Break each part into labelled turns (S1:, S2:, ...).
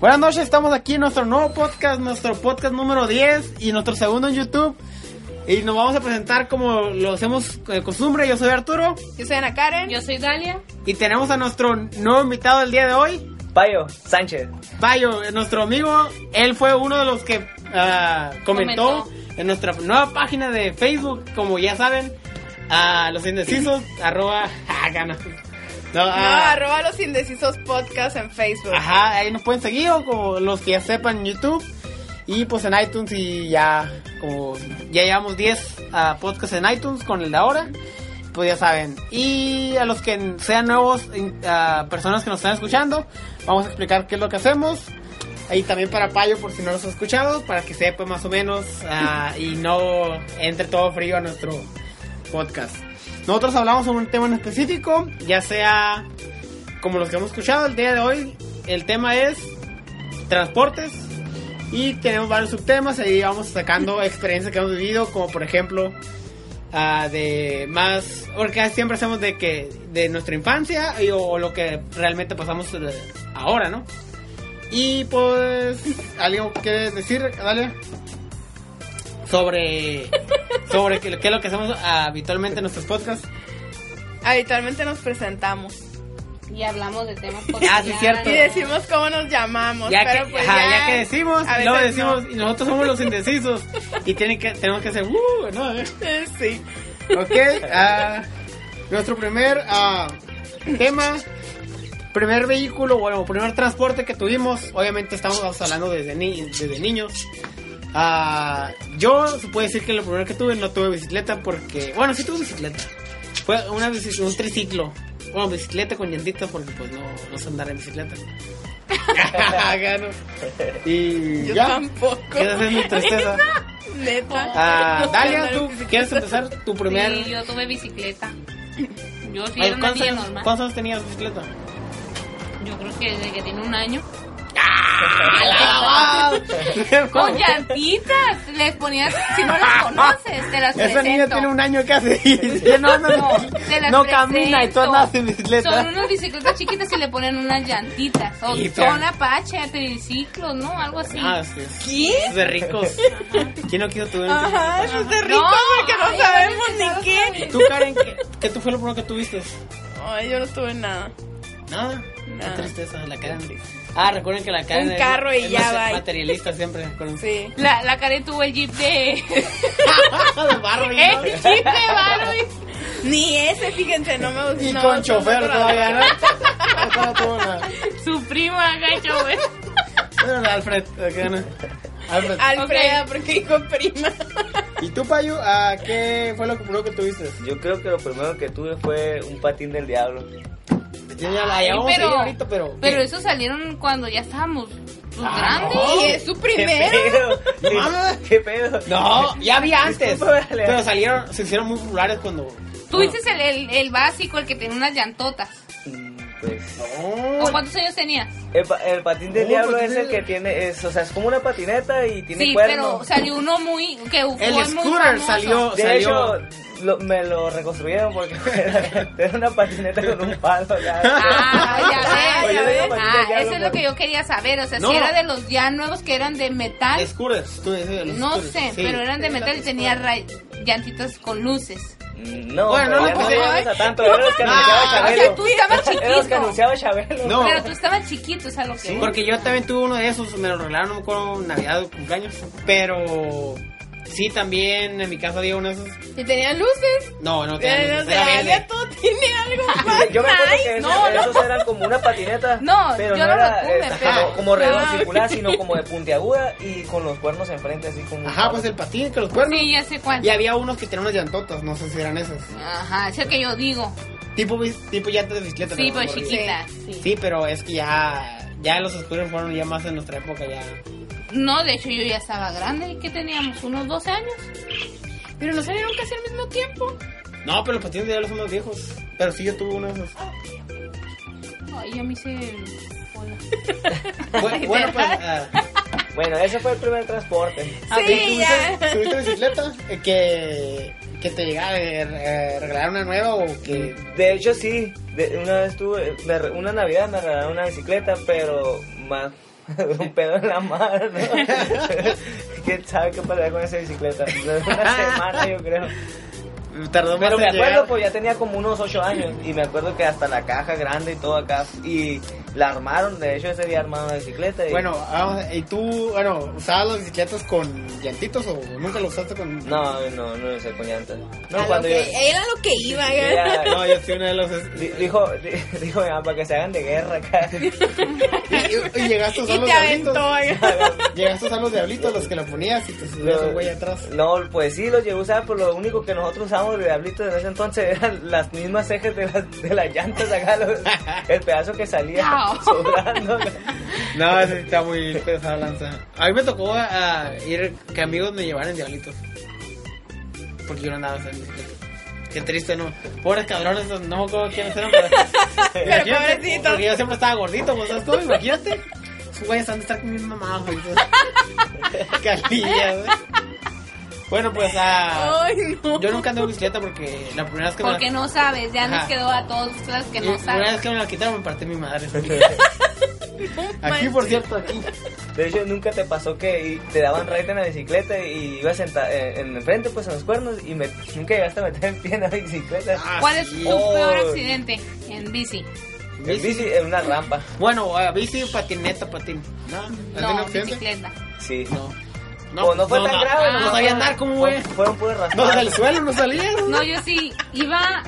S1: Buenas noches, estamos aquí en nuestro nuevo podcast, nuestro podcast número 10 y nuestro segundo en YouTube. Y nos vamos a presentar como lo hacemos de costumbre. Yo soy Arturo
S2: Yo soy Ana Karen.
S3: Yo soy Dalia.
S1: y tenemos a nuestro nuevo invitado del día de hoy,
S4: Payo Sánchez.
S1: Payo, eh, nuestro amigo. Él fue uno de los que ah, comentó, en nuestra nueva página de Facebook, como ya saben, a los indecisos, arroba, ah, gana. No,
S2: No,
S1: ah,
S2: arroba los indecisos podcast en Facebook.
S1: Ajá, ahí nos pueden seguir o como los que ya sepan en YouTube. Y pues en iTunes y ya como ya llevamos 10 ah, podcasts en iTunes con el de ahora. Pues ya saben. Y a los que sean nuevos, en- ah, personas que nos están escuchando, vamos a explicar qué es lo que hacemos. Y también para Payo, por si no los ha escuchado, para que sepa más o menos ah, y no entre todo frío a nuestro podcast. Nosotros hablamos sobre un tema en específico, ya sea como los que hemos escuchado el día de hoy, el tema es transportes y tenemos varios subtemas ahí vamos sacando experiencias que hemos vivido, como por ejemplo ah, de más, porque siempre hacemos de que de nuestra infancia y, o, lo que realmente pasamos eh, ahora, ¿no? Y pues, ¿algo quieres decir, Dalia? Sobre, sobre qué, qué es lo que hacemos habitualmente en nuestros podcasts.
S2: Habitualmente nos presentamos.
S3: Y hablamos de temas
S1: Ah, sí, cierto.
S2: Y decimos cómo nos llamamos.
S1: ya
S2: pero
S1: que,
S2: pues
S1: ajá,
S2: ya,
S1: ya que decimos,
S2: a
S1: y luego
S2: veces
S1: decimos, y nosotros somos los indecisos. y tienen que, tenemos que hacer, uh, ¿no?
S2: no. Sí.
S1: Ok, ah, nuestro primer ah, tema, primer vehículo, bueno, primer transporte que tuvimos, obviamente estamos hablando desde, ni- desde niños. Ah, yo se puede decir que lo primero que tuve no tuve bicicleta porque, bueno, sí tuve bicicleta. Fue una bici- un triciclo. Bueno, bicicleta con llantitas porque pues no, no sé andar en bicicleta. Gano. y
S2: Yo
S1: ya.
S2: tampoco.
S1: Esa es mi tristeza.
S2: Neta.
S1: Ah,
S2: No sé
S1: Dalia,
S2: andar en
S1: ¿tú
S2: bicicleta.
S1: quieres empezar tu primer
S3: Sí, yo tuve bicicleta. Yo sí
S1: Ay,
S3: era una
S1: ¿cuántos,
S3: niña
S1: años,
S3: normal.
S1: cuántos años tenías bicicleta?
S3: Yo creo que desde que tiene un año.
S1: Ah,
S3: Con
S1: Esa
S3: llantitas. Les ponías, si no las conoces, te las presento.
S1: niña tiene un año casi. Ya no, anda-
S3: No, te las
S1: no camina y tú
S3: presento.
S1: andas en bicicleta.
S3: Son unas bicicletas chiquitas y le ponen unas llantitas. O
S1: Sí,
S3: son
S1: pero-
S3: apache, triciclos, ¿no? Algo así.
S1: Ah, sí, sí,
S2: ¿Qué?
S1: es de ricos. ¿Quién no quiso tu
S2: Ajá, eso es de rico porque no
S3: ay,
S2: sabemos
S3: bueno,
S2: ni
S3: no
S2: qué.
S3: sabes.
S1: ¿Tú, Karen, qué, qué tú fue lo primero que tuviste?
S2: Ay, yo no tuve nada.
S1: Nada.
S2: Nada.
S1: Qué tristeza, la Karen. Ah, recuerden que la Karen
S2: Un carro y
S1: es
S2: ya,
S1: mate-
S2: bye.
S1: materialista siempre. Recuerden.
S2: Sí.
S3: La, la Karen tuvo el jeep de.
S1: de barro
S2: Eh,
S1: y
S3: el jeep de Barbie.
S2: Ni ese, fíjense, no me gusta.
S1: Y
S2: no,
S1: con
S2: no,
S1: chofer
S2: no, no,
S1: todavía, ¿no? Todavía tuvo nada.
S3: Su primo agacho, güey.
S1: Bueno, Alfred, ok, no. Alfred.
S2: Ah. Alfreda, porque dijo prima.
S1: ¿Y tú, Payo, ah, qué fue lo primero que tuviste?
S4: Yo creo que lo primero que tuve fue un patín del diablo.
S1: Ya, ya la llevamos
S3: pero-
S1: ahí ahorita, pero...
S3: Pero esos salieron cuando ya estábamos pues,
S1: Ah,
S3: grandes.
S1: no.
S2: Y es su primero.
S4: ¿Qué pedo?
S1: Mames.
S4: ¿Qué pedo?
S1: No, ya había antes.
S4: Disculpa, dale.
S1: Pero salieron, se hicieron muy populares cuando...
S3: Tú dices el, el, el básico, el que tenía unas llantotas.
S4: Mm, Pues.
S3: ¿O
S1: No.
S3: cuántos años tenías?
S4: El, pa- el patín del
S3: Oh,
S1: No,
S4: diablo
S1: patín
S4: es
S1: del-
S4: el que tiene. Es, o sea, es como una patineta y tiene
S3: Sí,
S4: cuerno.
S3: pero salió uno muy. que fue muy
S1: El scooter
S3: famoso.
S1: salió,
S4: de
S1: salió...
S4: hecho, lo- me lo reconstruyeron porque era era una patineta con un palo. ya.
S3: Ah, ya
S4: Oye,
S3: ves, ya
S4: de
S3: ves.
S4: la
S3: Ah,
S4: mayoría ya
S3: eso
S4: lo
S3: es lo que
S4: pon-
S3: yo quería saber. O sea,
S1: No.
S3: si era de los ya nuevos que eran de metal.
S1: Scooters, tú dices de los
S3: No
S1: scooters,
S3: sé,
S1: sí.
S3: pero eran de metal y tenía ray- llantitas con luces. Ah,
S4: Mm, No,
S1: Bueno,
S4: pero
S1: no
S4: ya
S1: lo
S4: no
S1: puse-
S4: llegamos a tanto. Era los que
S1: No,
S4: anunciaba
S1: o sea,
S4: Chabelo.
S3: tú estabas
S4: Era los que
S3: chiquito.
S4: anunciaba Chabelo.
S1: No.
S3: Pero tú estabas chiquito, es a lo que. voy.
S1: Porque yo también tuve uno de esos, me lo regalaron, no me acuerdo, Navidad o cumpleaños. Pero... Sí, también en mi casa había uno de esos...
S2: Y tenía luces.
S1: No, no, tenía
S2: Pero,
S1: luces,
S2: o
S1: era
S2: sea,
S1: verde.
S2: ya todo tiene algo más.
S4: Yo me acuerdo que
S2: nice.
S4: esos,
S2: No, no.
S4: esos eran como una patineta.
S3: No,
S4: pero
S3: yo
S4: no
S3: no
S4: era
S3: lo tuve,
S4: esta,
S3: pero-
S4: como, como redondo
S2: Ah.
S4: circular, sino como de puntiaguda y con los cuernos enfrente, así como.
S1: Ajá, pues el patín, que los cuernos.
S3: Sí, ya sé cuál.
S1: Y había unos que tenían unas llantotas, no sé si eran esas.
S3: Ajá, es el que yo digo.
S1: Tipo, bis- tipo llantas de bicicleta.
S3: Sí,
S1: pero
S3: pues
S1: horrible.
S3: chiquita. Sí.
S1: Sí, pero es que ya, ya los scooters fueron ya más en nuestra época ya.
S3: No, de hecho yo ya estaba grande. ¿Y qué teníamos? ¿Unos 12 años?
S2: Pero no salieron casi al mismo tiempo.
S1: No, pero los patines de diablo son más viejos. Pero sí, yo tuve uno de esos.
S3: Ay, ya me hice... Hola.
S1: Bu- bueno, pues, ah,
S4: Bueno, ese fue el primer transporte.
S3: A ver,
S2: Sí, ya.
S1: ¿tuviste bicicleta? Eh, que, que te llegara eh, eh, regalar una nueva o que...
S4: De hecho, sí, de- una vez tuve. me re- una Navidad me regalaron una bicicleta, pero más un pedo en la mano. ¿Quién sabe qué pasará con esa bicicleta? Una semana, yo creo.
S1: Tardó más
S4: Pero me
S1: en llegar.
S4: acuerdo, pues ya tenía como unos 8 años y me acuerdo que hasta la caja grande y todo acá. Y la armaron, de hecho ese día armaron la bicicleta. y-
S1: Bueno, vamos a- ¿y tú, bueno, usabas las bicicletas con llantitos o nunca lo usaste con.?
S4: No, no, no sé con llantas.
S2: A
S4: No,
S2: lo
S4: cuando yo...
S2: que- Era lo que iba,
S4: Ya,
S1: No, yo sí una de las.
S4: di- Dijo, di- dijo mi mamá, para que se hagan de guerra acá.
S1: Y, y- y llegaste a usar
S2: Y
S1: los
S2: te aventó.
S1: diablitos.
S2: oiga.
S1: Llegaste a usar los diablitos, los que lo ponías y te subías un güey atrás.
S4: No, pues sí, los llevó a usar, pero lo único que nosotros usábamos de diablitos en ese entonces eran las mismas ejes de las, de las llantas acá, los- el pedazo que salía
S3: No.
S4: sobrando.
S1: No, ese está muy pesado, lanza. A mí me tocó ah, ir que amigos me llevaran diablitos. Porque yo no andaba en bicicleta. Qué triste, ¿no? Pobres cabrones, no me acuerdo quiénes eran. Pero, Imagínate,
S2: pobrecitos.
S1: Porque yo siempre estaba gordito, pues, ¿sabes cómo? Imagínate. Sus güeyes han de estar con mis mamás, güey. Calilla, güey. ¿eh? Bueno, pues, ah,
S2: Ay, no.
S1: yo nunca andé en bicicleta porque la primera vez que me
S3: Porque no sabes, ya nos
S1: Ajá.
S3: quedó a todos ustedes que no
S1: la primera
S3: saben.
S1: vez que me la quitaron me partí mi madre. Aquí,
S2: manches.
S1: por cierto, aquí.
S4: De hecho, nunca te pasó que y- te daban raid en la bicicleta y ibas senta- eh, en el frente, pues en los cuernos, y me- nunca llegaste a meter el pie en la bicicleta.
S1: Ah,
S3: ¿Cuál es
S1: sí.
S3: tu peor
S4: Oh.
S3: accidente en bici?
S4: En bici, en una rampa.
S1: Bueno, a bici, patineta, patín. ¿No? ¿Has tenido
S3: No,
S1: accidente?
S3: bicicleta. Ah,
S4: Sí.
S1: No.
S4: Pues no fue tan grave,
S1: No,
S3: no.
S1: sabía andar como güey.
S4: Fueron puros
S1: No, del
S4: raspados.
S1: suelo no salía.
S3: No, yo sí iba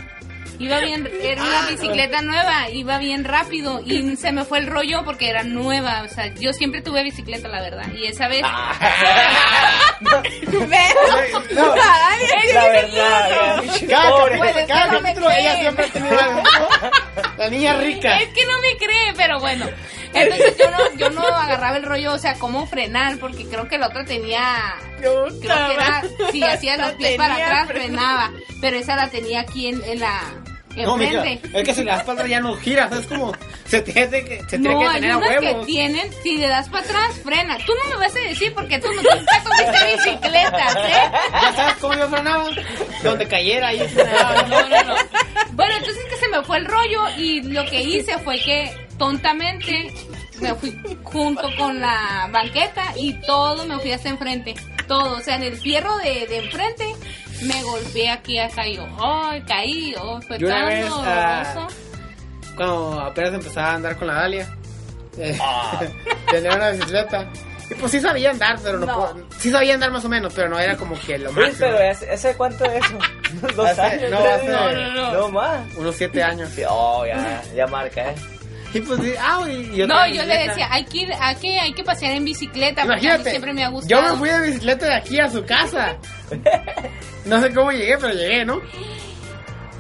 S3: iba bien, era
S1: Ah,
S3: una bicicleta nueva, iba bien rápido y se me fue el rollo porque era nueva, o sea, yo siempre tuve bicicleta, la verdad, y esa vez
S1: Ah.
S2: Pero-
S1: No.
S2: Ay, ay,
S4: La
S2: ay,
S4: verdad.
S2: ay.
S1: Cada
S4: Pobre.
S1: capítulo,
S2: Pues,
S1: cada
S2: no me
S1: capítulo ella
S2: creen.
S1: siempre ha tenido algo. ¿no? La niña rica.
S3: Es que no me cree, pero bueno. Entonces yo no, yo no agarraba el rollo, o sea, cómo frenar, porque creo que la otra tenía. Creo que era. Si hacías los
S2: La
S3: pies para
S2: tenía,
S3: atrás,
S2: pero-
S3: frenaba. Pero esa la tenía aquí en, en la.
S1: No, mija,
S3: Enfrente.
S1: es que si la das para atrás ya no giras, es como se tiene que, se tiene
S3: no,
S1: que
S3: hay
S1: tener a
S3: unas que
S1: huevos.
S3: tienen, si le das para atrás, frena. Tú no me vas a decir porque tú no te estás de bicicletas, ¿eh?
S1: Ya sabes cómo yo frenaba, donde cayera ahí
S3: No,
S1: frenaba.
S3: no, no, no. Bueno, entonces que se me fue el rollo y lo que hice fue que tontamente me fui junto con la banqueta y todo me fui hasta enfrente. Todo, o sea, en el fierro de, de enfrente me golpeé aquí acá y yo, ay, caí, oh, fue
S1: Yo una
S3: tan
S1: vez, ah,
S3: doloroso.
S1: cuando apenas empezaba a andar con la Dalia. eh,
S4: Ah.
S1: tenía una bicicleta. Y pues sí sabía andar, pero no,
S2: No.
S1: puedo- Sí sabía andar más o menos, pero no era como que lo
S4: Uy,
S1: máximo.
S4: pero ¿hace, hace cuánto de eso? Dos
S1: Ah. Hace-
S4: años.
S1: no,
S4: tres
S1: hace-
S4: años.
S3: no, no.
S4: No más.
S1: Unos siete años.
S4: Sí, oh, ya, ya marca, ¿eh?
S1: Y pues sí, ah, y yo
S3: No,
S1: tenía
S3: yo le
S1: bicicleta.
S3: decía, hay que, ir- hay que, hay que pasear en bicicleta, porque a mí
S1: Imagínate,
S3: siempre me ha
S1: yo
S3: gustado.
S1: me fui de bicicleta de aquí a su casa. No sé cómo llegué, pero llegué, ¿no?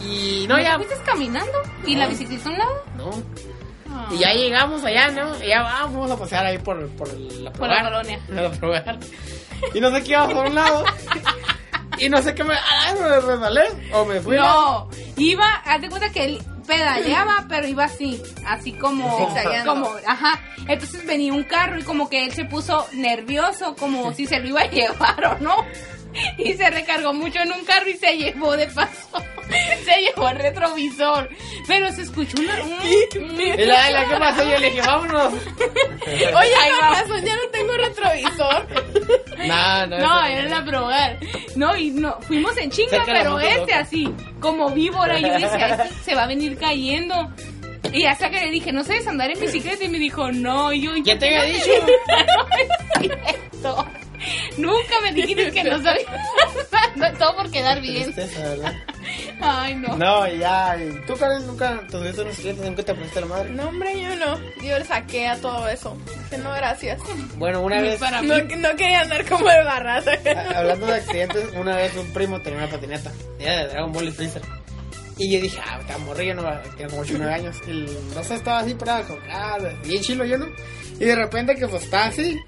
S1: Y no,
S3: ¿No te
S1: ya.
S3: fuiste caminando? ¿Y la bicicleta a un lado?
S1: No.
S3: Ah.
S1: Y ya llegamos allá, ¿no? Y ya vamos a pasear ahí por, por la
S3: Por la
S1: Probar.
S3: colonia.
S1: A la Probar. Y no sé qué íbamos por un lado. Y no sé qué me. Ay, me resbalé. O me fui.
S3: No, iba, haz de cuenta que él pedaleaba, pero iba así, así como,
S2: Zigzagueando.
S3: como, ajá. Entonces venía un carro y como que él se puso nervioso, como si se lo iba a llevar o no. Y se recargó mucho en un carro y se llevó de paso, se llevó el retrovisor. Pero se escuchó una, un-
S1: Y la, la que pasó, yo le dije, vámonos.
S2: Oye, con razón, ya no tengo retrovisor.
S1: No, no.
S3: No,
S1: eso-
S3: era la probar. No, y no, fuimos en chinga,
S1: Saca la
S3: pero
S1: moto
S3: este
S1: loca.
S3: así, como víbora, yo dije, "Ay, este se va a venir cayendo. Y hasta que le dije, ¿no sabes andar en bicicleta? Y me dijo, no, y yo... "¿Y
S1: Ya
S3: por
S1: te
S3: qué
S1: había
S3: no
S1: dicho".
S3: No es cierto. Nunca me dijiste que no sabías andar, todo por quedar bien.
S1: Tristeza, ¿verdad?
S3: Ay, no.
S1: No, y ya. y ¿Tú, Karen, nunca te subiste a una bicicleta? ¿Nunca te aprendiste la madre?
S2: No, hombre, yo no. Yo le saqué a todo eso. Que no, gracias.
S1: Bueno, una
S3: Ni
S1: vez.
S3: para mí.
S2: No, no quería andar como de barraza.
S1: A- Hablando de accidentes, una vez un primo tenía una patineta. Era de Dragon Ball y Freezer. Y yo dije, ah, está morrillo, no, va- tenía como 8 o 9 años. Y no sé, estaba así parado, como, ah, bien chilo yo, ¿no? Y de repente que pues estaba así,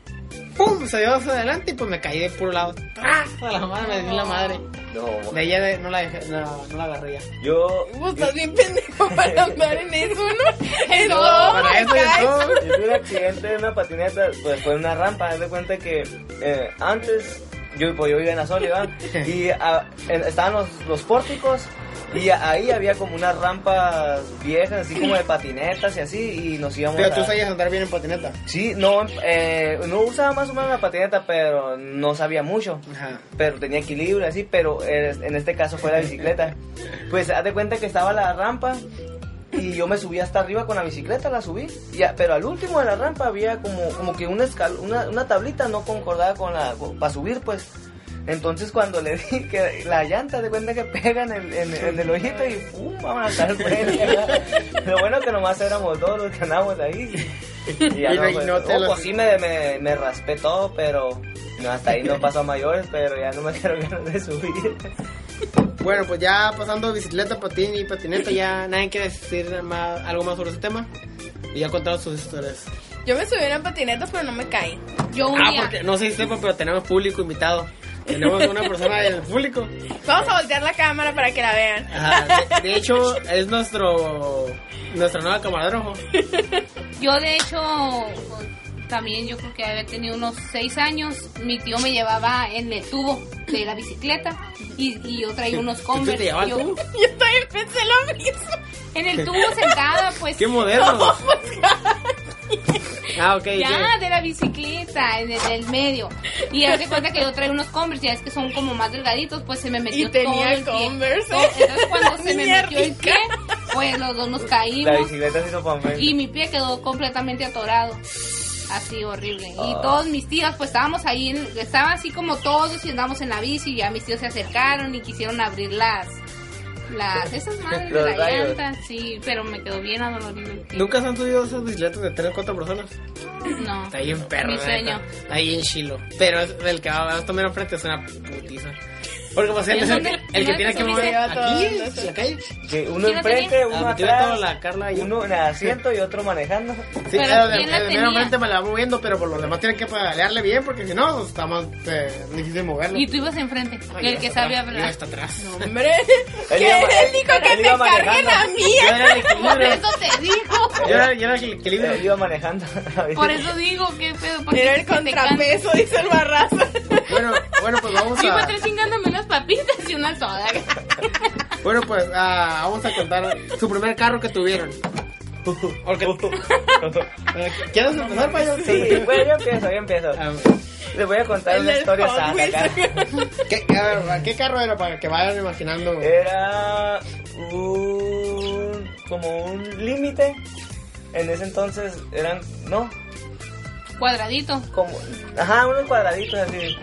S1: ¡pum! Se dio hacia adelante y pues me caí de puro lado. ¡Ah! A la mano me di la madre.
S4: No,
S1: De ella de- no, la dejé- no, no la agarré ya.
S4: yo...
S2: Vos estás bien pendejo para andar en eso, ¿no? En
S1: No,
S2: todo.
S1: para eso ya
S2: Ay,
S1: todo.
S4: Yo tuve un accidente de una patineta, pues fue en una rampa, haz de cuenta que eh, antes, yo, pues, yo vivía en la Sullivan, y ah, en- estaban los, los pórticos, Y a- ahí había como unas rampas viejas, así como de patinetas y así, y nos íbamos
S1: Pero tú
S4: a-
S1: sabías andar bien en patineta.
S4: Sí, no, eh, no usaba más o menos la patineta, pero no sabía mucho.
S1: Ajá.
S4: Pero tenía equilibrio, así, pero eh, en este caso fue la bicicleta. Pues haz de cuenta que estaba la rampa y yo me subí hasta arriba con la bicicleta, la subí. y a- pero al último de la rampa había como, como que una, escal- una, una tablita no concordaba con la. para subir, pues. Entonces cuando le di que la llanta haz de cuenta que pegan en, en- en el ojito y ¡pum! Vamos a estar Lo bueno que nomás éramos dos los que andábamos ahí. Y ya
S1: Y
S4: no,
S1: no- y
S4: pues,
S1: no te
S4: oh,
S1: lo-
S4: pues sí me, me, me raspé todo, pero no, hasta ahí no pasó a mayores, pero ya no me dieron ganas de subir.
S1: Bueno, pues ya pasando bicicleta, patín y patineta, ya nadie quiere decir nada más, algo más sobre este tema. Y ya contaron sus historias.
S2: Yo me subí en patinetas, pero no me caí.
S3: Yo un
S1: Ah,
S3: día.
S1: porque no sé si sepan, pero tenemos público invitado. Tenemos una persona del público.
S2: Vamos a voltear la cámara para que la vean.
S1: Ajá, de, de hecho, es nuestro nuestra nueva camarógrafo.
S3: Yo de hecho también yo creo que había tenido unos seis años, mi tío me llevaba en el tubo de la bicicleta y, y yo traía unos
S1: ¿Usted te
S3: Converse.
S1: llevaba
S3: y
S1: el
S3: yo-
S1: tubo?
S2: Yo también pensé lo mismo.
S3: En el tubo sentada, pues.
S1: ¡Qué moderno! ah, ok,
S3: Ya, de la bicicleta, en el del medio. Y hace cuenta que yo traía unos Converse, ya es que son como más delgaditos, pues se me metió
S2: Y tenía
S3: todo el pie.
S2: Converse.
S3: Todo- Entonces cuando se me
S2: Niña
S3: metió el
S2: rica.
S3: pie, pues los dos nos
S4: La
S3: caímos
S4: bicicleta se hizo para
S3: y mi pie quedó completamente atorado. Así horrible. Y todos mis tíos, pues estábamos ahí, en- estaban así como todos y andábamos en la bici. Y ya mis tíos se acercaron y quisieron abrir las. las esas madres de
S4: Los
S3: la
S4: rayos.
S3: llanta. Sí, pero me quedó bien adolorido. el pie.
S1: ¿Nunca se han subido esas bicicletas de 3 o 4 personas?
S3: No.
S1: Está ahí en perro,
S3: Mi
S1: la
S3: sueño.
S1: neta. Ahí en Chilo. Pero es- el que va a tomar enfrente es una putiza. Porque pues él
S3: ¿En
S1: es el,
S3: dónde?
S1: que- el que
S3: ¿Dónde
S1: tiene
S3: te
S1: que
S3: subiste?
S1: mover
S2: Lleva todo
S1: aquí,
S2: el-
S1: en la calle.
S4: Que uno
S3: ¿Quién la
S4: enfrente,
S3: tenía?
S4: uno
S1: Ah, metió toda
S4: atrás,
S1: la Carla y-
S4: uno en el asiento y otro manejando.
S1: Sí,
S3: Pero
S1: claro, de,
S3: ¿quién la
S1: de- de
S3: tenía?
S1: enfrente me la va moviendo, pero por lo demás tienen que pedalearle bien porque si no, pues, está más eh, difícil moverla.
S3: Y tú ibas enfrente,
S1: Ah,
S3: el
S1: yo
S3: que
S1: hasta
S3: sabe
S1: atrás, yo
S3: hablar.
S1: hasta atrás.
S2: Hombre,
S4: Él
S2: que
S4: iba-
S2: él dijo que
S4: él
S2: te
S4: iba
S2: carguen
S4: manejando.
S2: a mí.
S1: Yo era el
S3: Por
S1: equilibrio.
S3: eso te digo.
S1: Yo era, yo era el equilibrio.
S4: Él Eh, iba manejando. la bicicleta.
S3: Por eso digo, qué pedo. ¿Por qué
S2: Era el
S3: se te cansa?
S2: contrapeso, dice el barraza.
S1: Bueno, bueno, pues vamos
S3: Yo
S1: a.
S3: encontré chingándome unas papitas y una soda.
S1: Bueno, pues ah, vamos a contar su primer carro que tuvieron. ¿O que- eh, ¿Quieres empezar, Payo?
S4: Sí, bueno, yo empiezo, yo empiezo.
S1: A ver,
S4: Les voy a contar
S2: El
S4: una
S2: del
S4: historia
S2: Hot
S4: sana
S2: Wheels.
S4: acá.
S1: ¿Qué, a ver, ¿qué carro era para que vayan imaginando?
S4: Eh, Era un como un límite. En ese entonces eran no,
S3: Cuadradito.
S4: como ajá, unos cuadraditos así.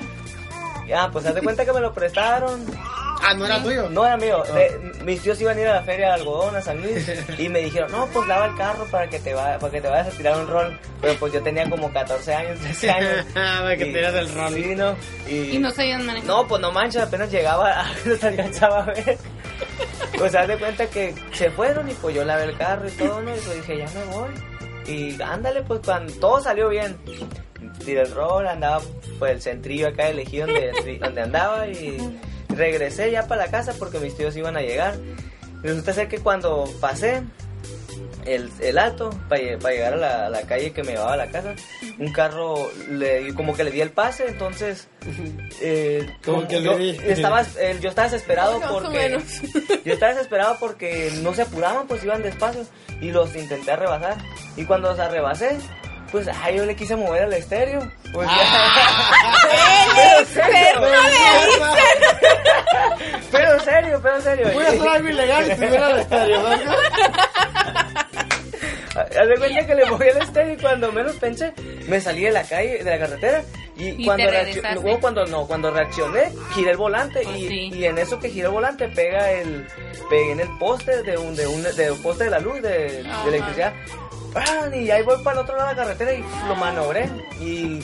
S4: Ah, pues haz de cuenta que me lo prestaron.
S1: Ah, no era tuyo.
S4: No era mío.
S1: Ah.
S4: De- mis tíos iban a ir a la feria de algodón a San Luis y me dijeron, no, pues lava el carro para que te va, para que te vayas a tirar un rol. Pero pues yo tenía como 14 años, 13 años.
S1: Para que
S4: Y-
S1: tiras el rol.
S4: Sí, no. Y,
S3: Y no sabían manejar.
S4: No, pues no manches, apenas llegaba, apenas alcanzaba a ver. Pues haz de cuenta que se fueron y pues yo lavé el carro y todo, ¿no? Y pues dije, ya me voy. Y ándale, pues cuando todo salió bien. Tiré el rol, andaba por el centrillo acá elegido donde, tri- donde andaba y regresé ya para la casa porque mis tíos iban a llegar. Resulta ser que cuando pasé el, el alto para llegar a la, a la calle que me llevaba a la casa, un carro le, como que le di el pase, entonces eh,
S1: Como
S4: yo-
S1: que le
S4: yo,
S1: di.
S4: estaba, eh, yo estaba desesperado
S2: Más o
S4: porque
S2: menos.
S4: yo estaba desesperado porque no se apuraban, pues iban despacio y los intenté rebasar y cuando los arrebasé, pues ay, yo le quise mover el estéreo. Pues,
S2: Ah,
S4: Ah.
S2: El experto
S4: Pero
S2: de ahí.
S4: pero en serio, pero en serio.
S1: Voy a hacer algo ilegal y te hubiera al estadio, ¿no?
S4: Haz de cuenta que le moví al estéreo y cuando menos pensé, me salí de la calle, de la carretera. Y,
S3: Y
S4: cuando
S3: te
S4: reaccio-
S3: regresaste.
S4: luego cuando no, cuando reaccioné, giré el volante
S3: Pues
S4: y,
S3: sí.
S4: y en eso que giré el volante pega el pegué en el poste de un de un, de un poste de la luz de, de
S3: Ajá.
S4: electricidad. ¡Pam! Y ahí voy para el otro lado de la carretera y lo maniobré y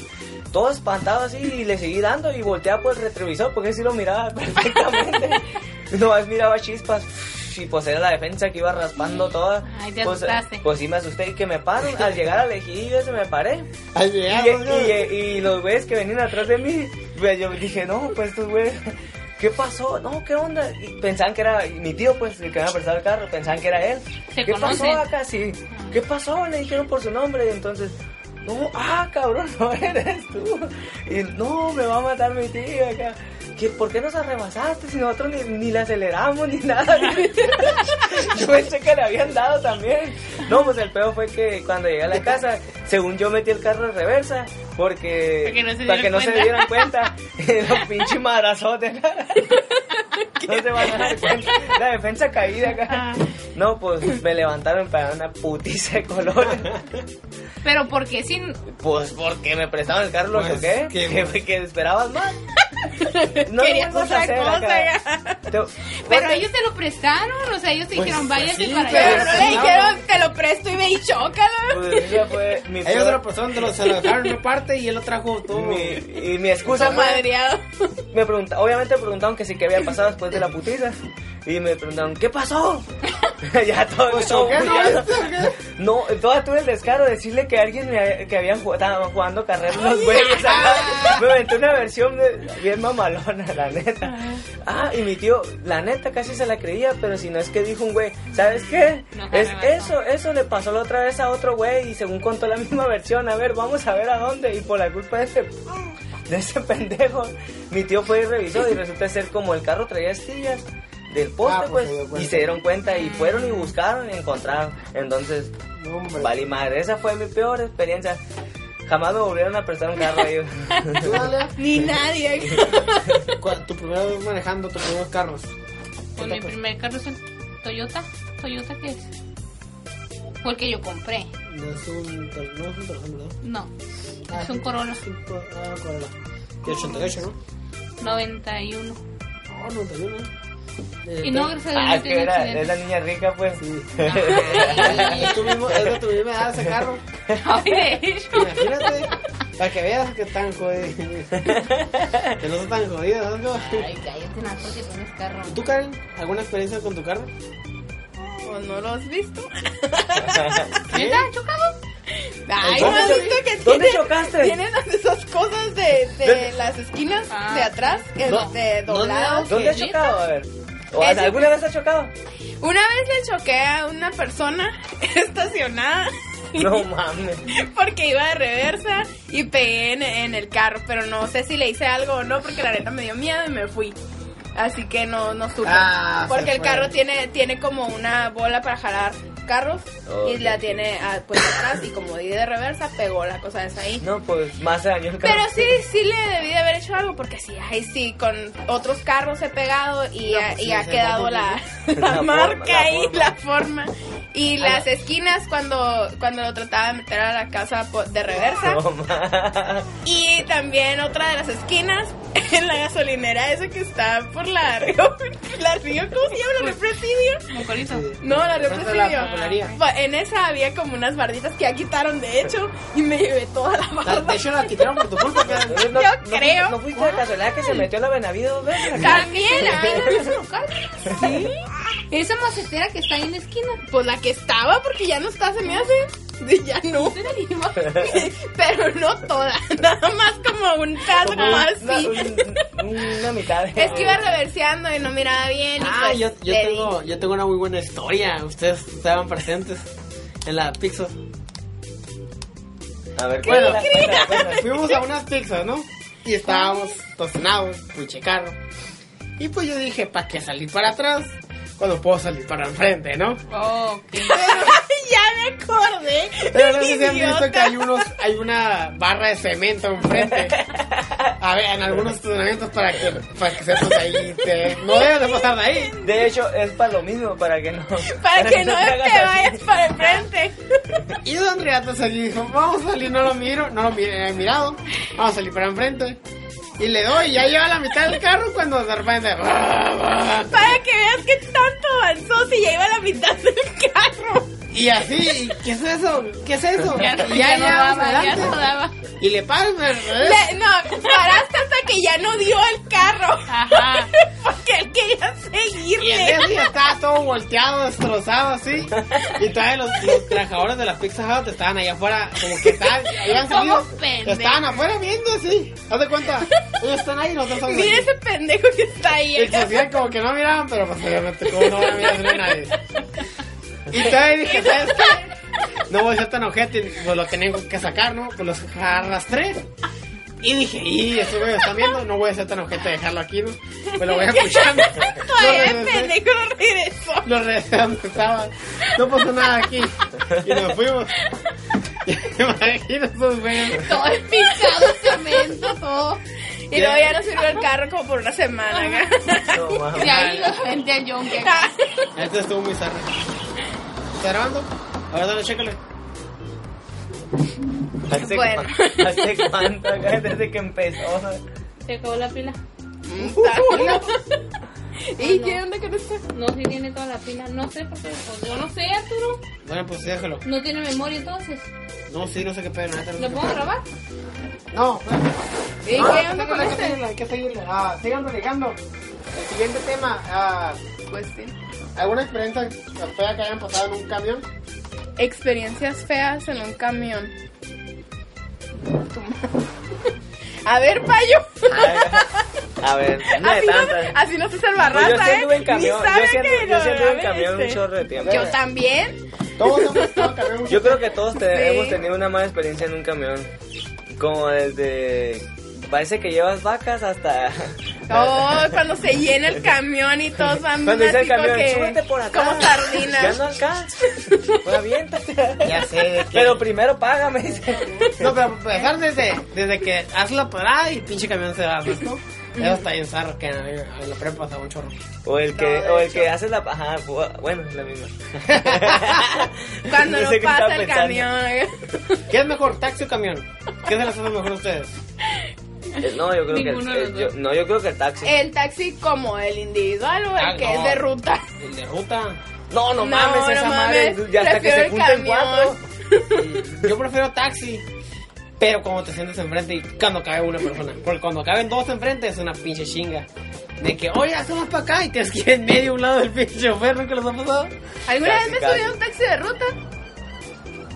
S4: todo espantado así y le seguí dando y volteaba por el retrovisor porque sí lo miraba perfectamente. Nomás miraba chispas y pues era la defensa que iba raspando toda.
S3: Ay, te
S4: pues,
S3: asustaste.
S4: pues sí me asusté y que me paro. Al llegar al ejillo se me paré.
S1: Al
S4: Y,
S1: llegar, ¿no?
S4: y- eh, y los güeyes que venían atrás de mí, pues, yo dije, no, pues estos güeyes, ¿qué pasó? No, ¿qué onda? Y pensaban que era y mi tío, pues, el que había prestado el carro, pensaban que era él.
S3: Se
S4: ¿Qué
S3: conocen. Ah.
S4: pasó acá? Sí. ¿Qué pasó? Le dijeron por su nombre, entonces... No, ah, cabrón, no eres tú. Y no, me va a matar mi tío acá. ¿Qué, ¿Por qué nos arrebasaste si nosotros ni, ni la aceleramos ni nada? yo pensé que le habían dado también. No, pues el peor fue que cuando llegué a la casa, según yo metí el carro en reversa, porque
S2: Para que no se dieran
S4: para que no se
S2: cuenta.
S4: dieran cuenta, los pinches marazotes. No se van a dar cuenta. La defensa caída acá. No, pues me levantaron para una putiza de colores.
S3: Pero porque sin.
S4: Pues porque me prestaron el carro, lo
S5: Pues,
S4: que
S5: ¿qué?
S4: que, que esperabas más. No lo
S2: Querías
S4: vuelvas
S2: otra
S4: a hacer
S2: cosa,
S4: acá. Te-
S3: Pero
S4: porque-
S3: ellos te lo prestaron, o sea, ellos te
S5: Pues,
S3: dijeron,
S5: pues
S3: váyate
S5: sí,
S3: para
S2: Pero no
S3: allá.
S2: le dijeron, te lo presto y ve y chócalo.
S4: pues, esa fue mi
S1: Hay
S4: peor-
S1: otra persona, te lo- se lo dejaron en una parte y él lo trajo todo.
S4: mi- y mi
S2: Puso
S4: excusa fue-
S2: madreado.
S4: me pregunta, obviamente preguntaron que sí que había pasado después de la putiza y me preguntaron ¿qué pasó? ya todo, todo
S1: ¿Qué no
S4: bullado.
S1: es? ¿Qué?
S4: No, todavía tuve el descaro de decirle que alguien me, que habían jugado, estaban jugando carreras los güeyes. acá. Me aventé una versión de- bien mamalona, la neta. Ah, y mi tío, la neta, casi se la creía, pero si no es que dijo un güey, ¿sabes qué?
S3: No,
S4: es
S3: carreras,
S4: eso, eso le pasó la otra vez a otro güey y según contó la misma versión, a ver, vamos a ver a dónde. Y por la culpa de ese, de ese pendejo, mi tío fue y revisó y resulta ser como el carro traía estillas. Del poste,
S1: Ah, pues, se dio
S4: pues, y
S1: cuenta.
S4: se dieron cuenta y fueron y buscaron y encontraron. Entonces,
S1: No, hombre.
S4: Vale, madre, esa fue mi peor experiencia. Jamás me volvieron a prestar un carro ahí. Ah,
S1: ¿Tú, Dalia?
S2: Ni nadie.
S1: ¿Cuál- Tu primera vez manejando tus primeros carros.
S3: Pues mi primer carro es el Toyota. ¿Toyota qué es? Porque yo compré.
S1: No es un tel- no es un teléfono, ¿verdad?
S3: No,
S1: Ah,
S3: es un Corolla
S1: es un co- Ah, Corolla. De 88, ¿no? Ah,
S3: 91.
S1: No, 91. Eh,
S3: Y no,
S1: te-
S3: gracias a
S4: Ah,
S3: Dios, no
S4: es que
S3: tiene
S4: era, es
S3: accidente.
S4: la niña rica, pues.
S1: Es tu mismo- es de tu misma edad ese carro.
S3: Ay, de hecho.
S1: Imagínate, para que veas que tan jodido. que no son tan jodidos, ¿no?
S3: Ay, cállate, no, porque tienes carro.
S1: ¿Y ¿Tú, Karen, alguna experiencia con tu carro?
S2: ¿O no lo has visto?
S3: ¿Ya está chocado?
S2: Ay, ¿no
S4: ¿Dónde
S2: has
S4: cho-
S2: visto que
S4: ¿Dónde
S2: tiene-
S4: chocaste?
S2: Tienen esas cosas de, de
S4: ¿Dónde?
S2: las esquinas
S3: Ah.
S2: de atrás, que
S1: ¿Dó-
S2: de doblados.
S4: ¿Dónde has
S2: que-
S4: chocado? A ver. ¿O has-
S2: Ese-
S4: ¿Alguna vez has chocado?
S2: Una vez le choqué a una persona estacionada
S4: No mames.
S2: porque iba de reversa y pegué en, en el carro, pero no sé si le hice algo o no porque la neta me dio miedo y me fui. Así que no, no supe.
S1: Ah, se
S2: porque el
S1: fue.
S2: carro tiene, tiene como una bola para jalar carros y la tiene ah, pues atrás y como di de reversa pegó la cosa esa ahí.
S4: No, pues más se dañó el carro.
S2: Pero sí, sí le debí de haber hecho algo porque sí, ay sí, con otros carros he pegado y,
S1: No,
S2: ha,
S1: pues
S2: y
S1: sí,
S2: ha
S1: se
S2: quedado
S1: nota,
S2: la,
S4: ¿no?
S2: la
S4: La
S2: marca
S4: forma, la
S2: ahí,
S4: forma.
S2: la forma. Y las esquinas cuando, cuando lo trataba de meter a la casa po- de reversa.
S4: No mames.
S2: Y también otra de las esquinas en la gasolinera esa que está por la río, la río ¿cómo se llama? La Río Presidio.
S3: Mocorito.
S2: No, la Río
S1: Frente a la
S2: Presidio.
S1: papelería.
S2: Fa- En esa había como unas barditas que ya quitaron de hecho y me llevé toda la
S1: La-
S2: barda.
S1: De hecho, la quitaron por tu culpa, Karen.
S4: Entonces, no-
S2: Yo
S4: no fuiste-
S2: creo.
S4: ¿No fuiste la casualidad que se metió la Benavido dos veces?
S2: También, ay, no, no, no.
S3: ¿Sí? Esa macetera que está ahí en la esquina.
S2: Pues la que estaba, porque ya no está, se me hace. Sí, Ya no. Pero no toda. Nada más como un caso
S4: Como
S2: como
S4: una,
S2: así.
S4: un- una mitad. de-
S2: Es que iba reverseando y no miraba bien. y
S1: Ah,
S2: pues,
S1: yo, yo,
S2: le di.
S1: tengo, yo tengo una muy buena historia. Ustedes estaban presentes en la pizza.
S4: A ver,
S1: Bueno,
S4: cuéntala, cuéntala, cuéntala.
S1: fuimos a unas pizzas, ¿no? Y estábamos tostonados, pinche carro. Y pues yo dije, ¿para qué salir para atrás? Cuando puedo salir para enfrente, ¿no?
S3: Oh, ok.
S2: ya me acordé.
S1: Pero no sé si han visto que
S2: Idiota.
S1: hay unos, hay una barra de cemento enfrente. A ver, en algunos estacionamientos para que, para que sepas ahí. te- no debes de pasar de ahí.
S4: De hecho, es para lo mismo, para que no.
S2: Para que no
S4: te
S2: te
S4: hagas así.
S2: vayas para el frente.
S1: Y Don Riata salió y dijo, vamos a salir, no lo miro, no lo mi- he mirado, vamos a salir para enfrente. Y le doy, ya lleva la mitad del carro cuando de repente...
S2: Para que veas que tanto avanzó si ya iba a la mitad del carro.
S1: Y así, ¿qué es eso? ¿Qué es eso?
S3: Ya,
S1: Y
S3: ya no
S1: llevamos
S3: daba, ya
S1: adelante.
S3: no daba.
S1: Y le paran al revés.
S2: Le- no, paraste hasta que ya no dio el carro.
S3: Ajá.
S2: Porque él quería
S1: Y el
S2: seguirle.
S1: Leslie estaba todo volteado, destrozado así. Y todavía los, los trabajadores de las Pizza Hut estaban allá afuera, como que estaban, habían
S3: Como
S1: salido.
S3: pendejos.
S1: Estaban afuera viendo así. Haz de cuenta, ellos están ahí y nosotros estamos
S2: Mira
S1: aquí.
S2: ese pendejo que está ahí. ¿eh?
S1: Y se hacían como que no miraban, pero pues obviamente, como no van a mirar a nadie. Y todavía dije, ¿sabes qué? no voy a ser tan ojete, pues lo tenía que sacar, ¿no? Pues los arrastré. Y dije, y estos güeyes están viendo, no voy a ser tan ojete de dejarlo aquí, ¿no? Pues lo voy a escuchar.
S2: Todavía el pendejo no regresó.
S1: Lo regresé a donde estaba. No pasó nada aquí. Y nos fuimos. Imagino esos güeyes.
S3: Todo es picado, cemento, todo.
S2: Y luego ya no sirvió el carro como por una semana.
S4: No, mames.
S3: Y ahí los frente a John que acá.
S1: Este estuvo muy zarra. ¿Está grabando? A ver, dale, chécale.
S4: Hace
S2: Bueno.
S4: cu- hace cuánto, güey, desde que empezó.
S3: Se acabó la pila.
S2: ¿Y
S3: no.
S2: qué onda con este? esto?
S3: No, si tiene toda la pila. No sé por qué. pues, yo no sé, Arturo.
S1: Bueno, pues déjalo.
S3: No tiene memoria entonces.
S1: No, sí, no sé qué pedo. neta, no sé
S3: ¿Lo
S1: qué
S3: puedo
S1: pedo.
S3: grabar?
S1: No, no.
S2: ¿Y pues, qué
S1: Ah,
S2: onda con
S1: hay que
S2: este?
S1: seguirla, hay que seguirla. Ah, sigan relegando. El siguiente tema, ah,
S2: Pues sí.
S1: ¿alguna experiencia fea que hayan pasado en un camión?
S2: Experiencias feas en un camión. Tu madre. A ver, payo.
S4: A ver, una de
S2: Así no,
S4: tantas.
S2: así no se salva
S4: Pues yo
S2: raza,
S4: sí
S2: ¿eh?
S4: anduve en camión,
S2: Ni
S4: yo
S2: sabe
S4: sí
S2: que
S4: anduve, yo sí
S2: lo
S4: anduve en
S2: graben,
S4: camión un
S2: este.
S4: chorro de tiempo.
S2: Yo también.
S1: Todos hemos estado en camión.
S4: Yo creo que todos te-
S2: Sí.
S4: hemos tenido una mala experiencia en un camión. Como desde. Parece que llevas vacas hasta.
S2: Oh, cuando se llena el camión y todos van
S4: Cuando dice
S2: así
S4: el
S2: como
S4: camión,
S2: que-
S4: súbete por acá.
S2: Como sardinas.
S4: Ya no alcanzas. Pues aviéntate.
S1: Ya sé. de que-
S4: Pero primero págame. dice.
S1: No, pero para empezar desde, desde que haces la parada y el pinche camión se va, ¿no? Eso está bien zarro que en la- en la prepa pasaba un chorro.
S4: O el que,
S1: No, de
S4: o el
S1: hecho.
S4: que hace la. Ajá, bu- bueno, es la misma.
S2: Cuando
S4: No
S2: no,
S4: sé qué estaba
S2: pasa el
S4: pensando.
S2: camión.
S1: ¿Qué es mejor, taxi o camión? ¿Qué se les hace mejor a ustedes?
S4: Eh, No, yo creo que.
S3: Ninguno de
S4: el-
S3: los
S4: yo-
S3: dos.
S4: no, yo creo que el taxi.
S2: El taxi como el individual o el
S1: Ah,
S2: que
S1: no.
S2: es de ruta.
S1: El de ruta.
S4: No,
S2: No,
S4: no, mames,
S2: no
S4: esa madre.
S2: mames,
S4: Ya hasta que
S2: prefiero
S4: se
S2: el
S4: junten
S2: camión.
S4: cuatro.
S1: Yo prefiero taxi. Pero cuando te sientes enfrente y cuando cabe una persona. Porque cuando caben dos enfrente es una pinche chinga. De que, oye, hacemos para acá y te que ir en medio a un lado del pinche chofer, ¿nunca los ha pasado?
S2: ¿Alguna
S4: Casi,
S2: vez me
S4: casi.
S2: subí a un taxi de ruta?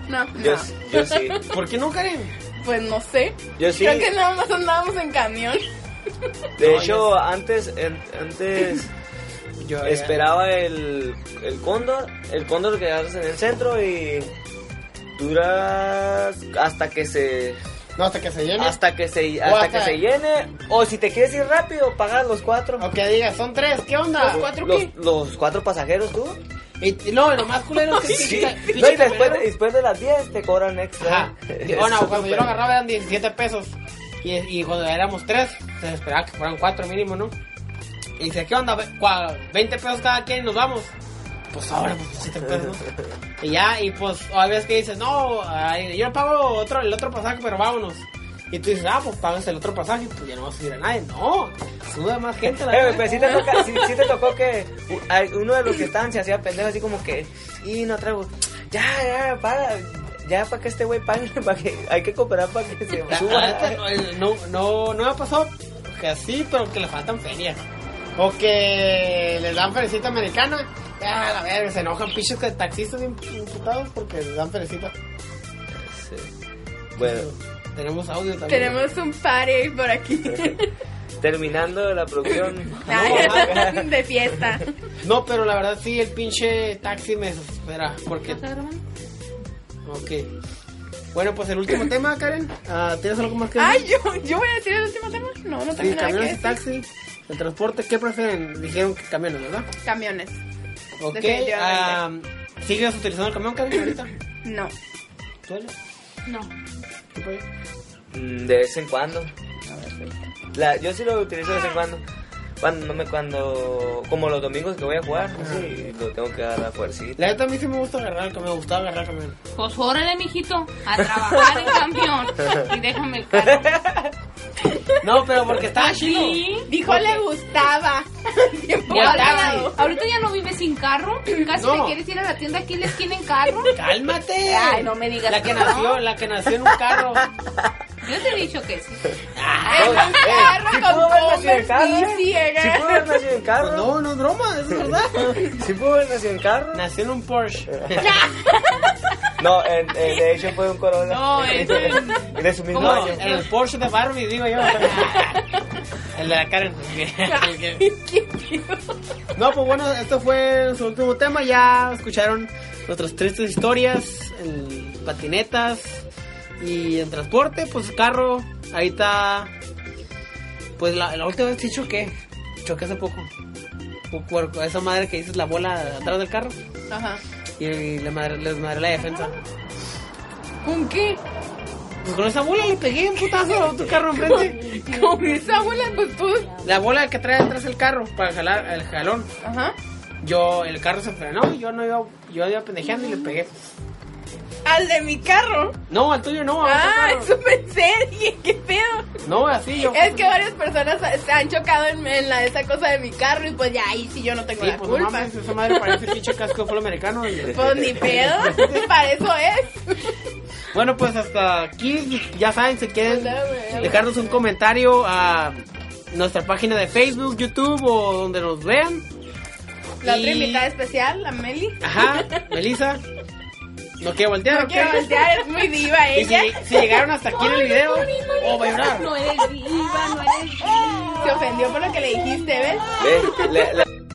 S2: No,
S4: Yo,
S2: no.
S4: yo sí.
S1: ¿Por qué no, Karen?
S2: Pues no sé.
S4: Yo sí.
S2: Creo que nada más andábamos en camión.
S4: De
S1: No,
S4: hecho, antes, en- antes
S1: Yo
S4: esperaba el, el cóndor, el cóndor que haces en el centro y duras hasta que se
S1: No, hasta que se llene.
S4: hasta que se
S1: O
S4: hasta
S1: hasta-
S4: que se llene o si te quieres ir rápido pagas los cuatro
S1: O que digas, son tres, ¿qué onda?
S4: los,
S2: cuatro
S4: los-
S2: qué?
S4: los cuatro pasajeros tú
S1: Y, y no, lo más culero es que
S4: Sí.
S1: pinche- pinche
S4: No, y después,
S1: camionero-
S4: después de las 10 te cobran extra
S1: Ajá. O no, cuando yo lo agarraba eran 17 pesos. Y, y cuando éramos tres, se esperaba que fueran cuatro mínimo, ¿no? Y dice, ¿qué onda? Ve- cua- 20 pesos cada quien, nos vamos. Pues ahora, pues 17 pesos. ¿no? Y ya, y pues, o hay veces que dices, no, ay, yo pago otro, el otro pasaje, pero vámonos. Y tú dices, ah, pues pagas el otro pasaje, pues ya no vas a subir a nadie. No, suda más gente a la
S4: Eh,
S1: neta.
S4: pues sí te, toca, sí, sí te tocó que u- al- uno de los que estaban se hacía pendejo así como que, y no traigo, ya, ya, para, ya para que este güey pague, para que, hay que cooperar para que se
S1: La- la neta,
S4: suba.
S1: no, no, no, no me ha pasado que sí, pero que le faltan ferias. O que les dan ferecita americana. Ya, la verga, se enojan pinches que taxistas bien imputados porque les dan ferecita.
S4: Sí. Bueno,
S1: Tenemos audio también.
S2: Tenemos un party por aquí.
S4: terminando la producción.
S2: Ay, de fiesta.
S1: No, pero la verdad sí, el pinche taxi me desespera. Porque.
S3: ¿Está grabando?
S1: Ok. Bueno, pues el último tema, Karen. Ah, ¿Tienes algo más que
S2: Ay,
S1: decir?
S2: yo, yo voy a decir el último tema. No, no tengo
S1: Sí,
S2: nada que
S1: camiones y
S2: decir.
S1: taxi. El transporte, ¿qué prefieren? Dijeron que camiones, ¿verdad?
S2: Camiones.
S1: Ok.
S2: Definitivamente.
S1: ah, ¿Sigues utilizando el camión, Karen, ahorita?
S2: No.
S1: ¿Tú eres?
S3: No.
S1: ¿Tú puedes?
S4: Mm, De vez en cuando. La- yo sí lo utilizo de vez en cuando. Cuando, no me, cuando, como los domingos que voy a jugar, sí, lo tengo que dar a fuercita.
S1: La neta a mí sí me gusta agarrar el camión, me gustaba agarrar el camión.
S3: Pues órale, mijito, a trabajar en camión. Y déjame el carro.
S1: No, pero porque estaba chido.
S3: Sí.
S2: Dijo le gustaba. Tiempo
S3: Y ahora-
S2: ganado.
S3: ahorita ya no vives sin carro. Casi
S1: No.
S3: te quieres ir a la tienda aquí en la esquina en carro.
S1: ¡Cálmate!
S3: Ay, no me digas
S1: La que
S3: que no.
S1: nació, la que nació en un carro. Pues
S3: Yo te he dicho que sí.
S2: En un carro
S4: eh, Si
S2: con
S4: puedo haber nacido
S2: Converse
S4: en carro, ¿eh?
S2: y ciega.
S4: Sí puedo haber nacido en carro.
S1: Pues No, no es broma, es verdad.
S4: ¿Sí pudo haber nacido en carro?
S1: Nació en un Porsche.
S4: No, en- en- de hecho fue un Corolla.
S3: No, es
S4: De su mismo
S1: No,
S4: año.
S1: en el Porsche de Barbie, digo yo. El de la Karen. El que- No, pues bueno, esto fue su último tema. Ya escucharon nuestras tristes historias, el patinetas y en transporte, pues carro, ahí está. Pues la, la última vez sí choqué, choqué hace poco. Por- por Esa madre que dices la bola atrás del carro
S2: Ajá.
S1: y le madre, les madre la defensa.
S2: ¿Con qué?
S1: Pues con esa bola le pegué un putazo a otro carro enfrente.
S2: Con esa abuela, pues tú.
S1: La bola que trae atrás el carro para jalar el jalón.
S2: Ajá.
S1: Yo, el carro se frenó y yo no iba, yo iba pendejeando y le pegué.
S2: Al de mi carro.
S1: No, al tuyo no, a otro
S2: Ah,
S1: carro.
S2: eso pensé. Dije, qué pedo.
S1: No, así yo.
S2: Es que varias personas ha- se han chocado en, en la, esa cosa de mi carro y pues ya ahí sí yo no tengo
S1: Sí,
S2: la
S1: pues no
S2: culpa.
S1: mames, esa madre parece pinche casco de fútbol americano. y-
S2: Pues ni pedo, para eso es.
S1: Bueno, pues hasta aquí, ya saben, si quieren
S2: Hola,
S1: dejarnos un comentario a nuestra página de Facebook, YouTube o donde nos vean.
S2: La
S1: Y-
S2: otra invitada especial, la Meli.
S1: Ajá, Melissa. No quiero voltear.
S2: No
S1: ¿ok?
S2: quiero voltear, es muy diva
S1: Y
S2: ella.
S1: si, si llegaron hasta aquí en el video, oh, va a llorar.
S3: No eres viva, no eres viva.
S2: Se ofendió por lo que le dijiste, ¿ves?
S4: ¿Ves? Le, le